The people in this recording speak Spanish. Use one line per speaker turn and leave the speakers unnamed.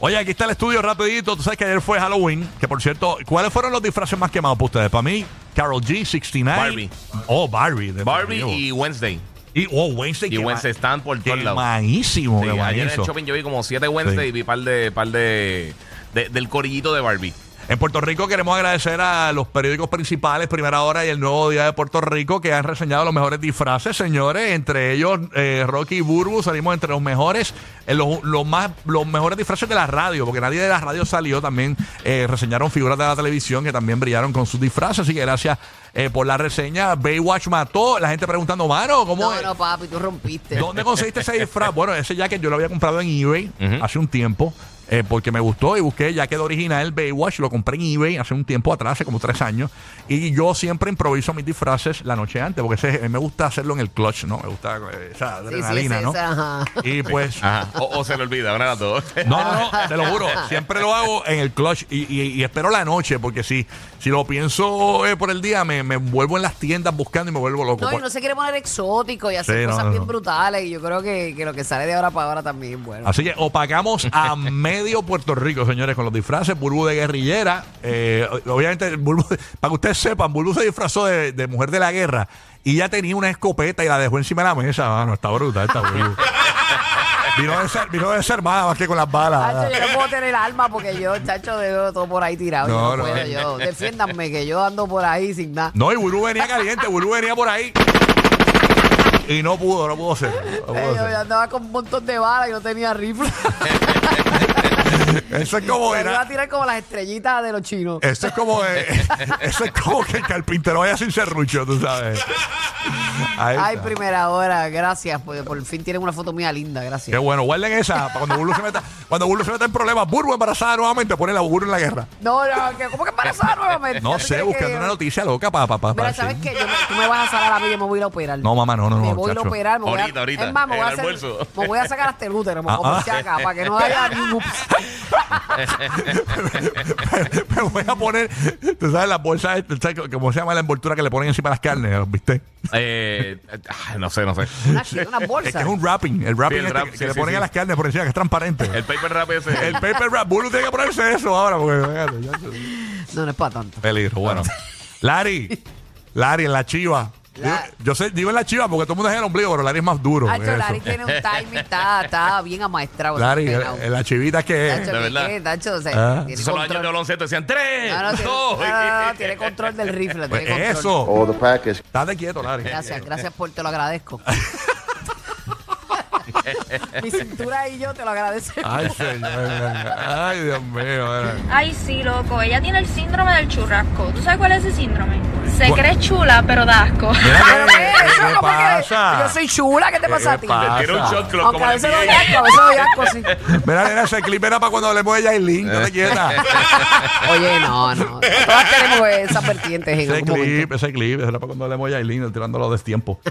Oye, aquí está el estudio rapidito. Tú sabes que ayer fue Halloween. Que por cierto, ¿cuáles fueron los disfraces más quemados para ustedes? Para mí, Carol G, 69.
Barbie.
Oh, Barbie. de-
Barbie
Dios.
y Wednesday.
Y, oh, Wednesday.
Y
quema-
Wednesday están por todos lados.
Quemadísimo,
Sí, ayer en el
quemadizo.
shopping yo vi como siete Wednesday
Sí.
y vi par de, par de, de- del corillito de Barbie.
En Puerto Rico queremos agradecer a los periódicos principales, Primera Hora y El Nuevo Día de Puerto Rico, que han reseñado los mejores disfraces, señores. Entre ellos, eh, Rocky y Burbu salimos entre los mejores, eh, los, los más, los mejores disfraces de la radio, porque nadie de la radio salió. También eh, reseñaron figuras de la televisión que también brillaron con sus disfraces. Así que gracias eh, por la reseña. Baywatch mató. La gente preguntando, mano, ¿cómo
No,
es?
no, papi, tú rompiste.
¿Dónde conseguiste ese disfraz? Bueno, ese jacket yo lo había comprado en eBay hace un tiempo. eh, porque me gustó y busqué el jacket original Baywatch, lo compré en eBay hace un tiempo atrás, hace como tres años. Y yo siempre improviso mis disfraces la noche antes, porque ese- me gusta hacerlo en el clutch, ¿no? Me gusta eh, esa
Sí, sí,
adrenalina,
es
¿no?
esa, ajá.
Y pues.
Ajá. O, o se le olvida, una de las dos.
No, no, no, te lo juro. Siempre lo hago en el clutch y, y- y espero la noche, porque si, si lo pienso eh, por el día, me, me vuelvo en las tiendas buscando y me vuelvo loco.
No, y
Por-
no se quiere poner exótico y hacer
Sí, no,
cosas
no,
bien
no.
brutales. Y yo creo que, que lo que sale de ahora para ahora también es bueno.
Así que opacamos a medio Puerto Rico, señores, con los disfraces. Burbu de guerrillera. eh, obviamente, Burbu- para que ustedes sepan, Burbu se disfrazó de, de mujer de la guerra y ya tenía una escopeta y la dejó encima de la mesa. Ah, Mano, está bruta esta Burbu. vino, desar- vino desarmada más que con las
Chacho,
balas.
yo no puedo tener alma porque yo, chacho, dejo todo por ahí tirado.
No, no,
yo no, puedo,
no.
yo. Defiéndanme que yo ando por ahí sin nada.
No, y Burbu venía caliente, Burbu venía por ahí. Y no pudo, no pudo ser. no pudo
Eh, yo, yo
ser.
andaba con un montón de balas y no tenía rifle.
Eso es como
Me iba
era.
a tirar como las estrellitas de los chinos.
Eso es como eh, eso es como que el carpintero vaya sin serrucho, tú sabes. Ahí
Ay,
está.
primera hora, gracias. Por, por fin tienen una foto mía linda,
Qué
gracias.
bueno, guarden esa. para Cuando Burbu se meta, cuando Burbu se meta en problemas, Burbu embarazada nuevamente, pone la Burbu en la guerra.
No, no, que, ¿cómo que embarazada nuevamente?
No
¿Tú
sé,
crees que-
buscando una noticia loca para papá.
Mira, ¿sabes qué? Yo me- tú me vas a sacar a mí, yo me voy a ir a operar.
No, mamá, no, no,
Me
no,
voy a ir a
chacho.
operar. Me voy
Ahorita,
a,
ahorita,
Es más, me
en
voy, a
el
hacer-
almuerzo.
me voy a sacar hasta el útero, me
Ah,
como
ah.
chaca, para que no haya ni un ups.
me voy a poner, tú sabes, las bolsas, este, ¿sabes cómo- cómo se llama la envoltura que le ponen encima a las carnes? ¿Viste?
Eh, ah, no sé, no sé.
Una, chi- una bolsa.
Es que es un wrapping, el wrapping
el
este
wrap,
que
sí,
le
sí,
ponen
sí.
a las carnes por encima, que es transparente.
El paper rap ese.
El paper wrap, Burbu tiene que ponerse eso ahora, porque fíjate, ya-
No, no es para tanto.
Peligro, bueno. Lari, Lari en la chiva. Digo-
La-
Yo sé, digo en la chiva porque todo el mundo es el ombligo, pero Lari es más duro.
Ah,
que eso.
Lari tiene un timing, está, está bien amaestrado.
Lari,
está
el-
pegado.
el- la chivita que es.
Tacho,
De
¿qué-
verdad.
qué? Tacho, o sea,
Ah.
tiene
Esos son los años de
control.
baloncesto. Decían tres,
No, no, tiene-
dos.
no, no, no, tiene control del rifle.
Pues
tiene control.
eso,
All the package.
estate quieto, Lari.
Gracias, gracias por te lo agradezco. Mi cintura y yo te lo agradecemos.
Ay, señor. Ay, Dios mío. eh. era.
Ay, sí, loco. Ella tiene el síndrome del churrasco. ¿Tú sabes cuál es ese síndrome? Se
¿Cuál?
cree chula, pero da asco.
Mira,
Pero,
¿qué-
¿qué
qué-
es eso?
qué
¿Cómo es que-
pasa?
Yo soy chula, ¿qué te pasa a ti?
pasa?
Tiene un shot clock
Aunque
como el
a veces doy
NBA.
asco, a veces doy asco, sí.
Mira, mira, ese clip era para cuando hablemos de Yailin, no te quieras.
Oye, no, no. Todas tenemos esas vertientes en
Ese
algún momento.
clip, ese clip, era para cuando hablemos de Yailin, tirándolo de tiempo.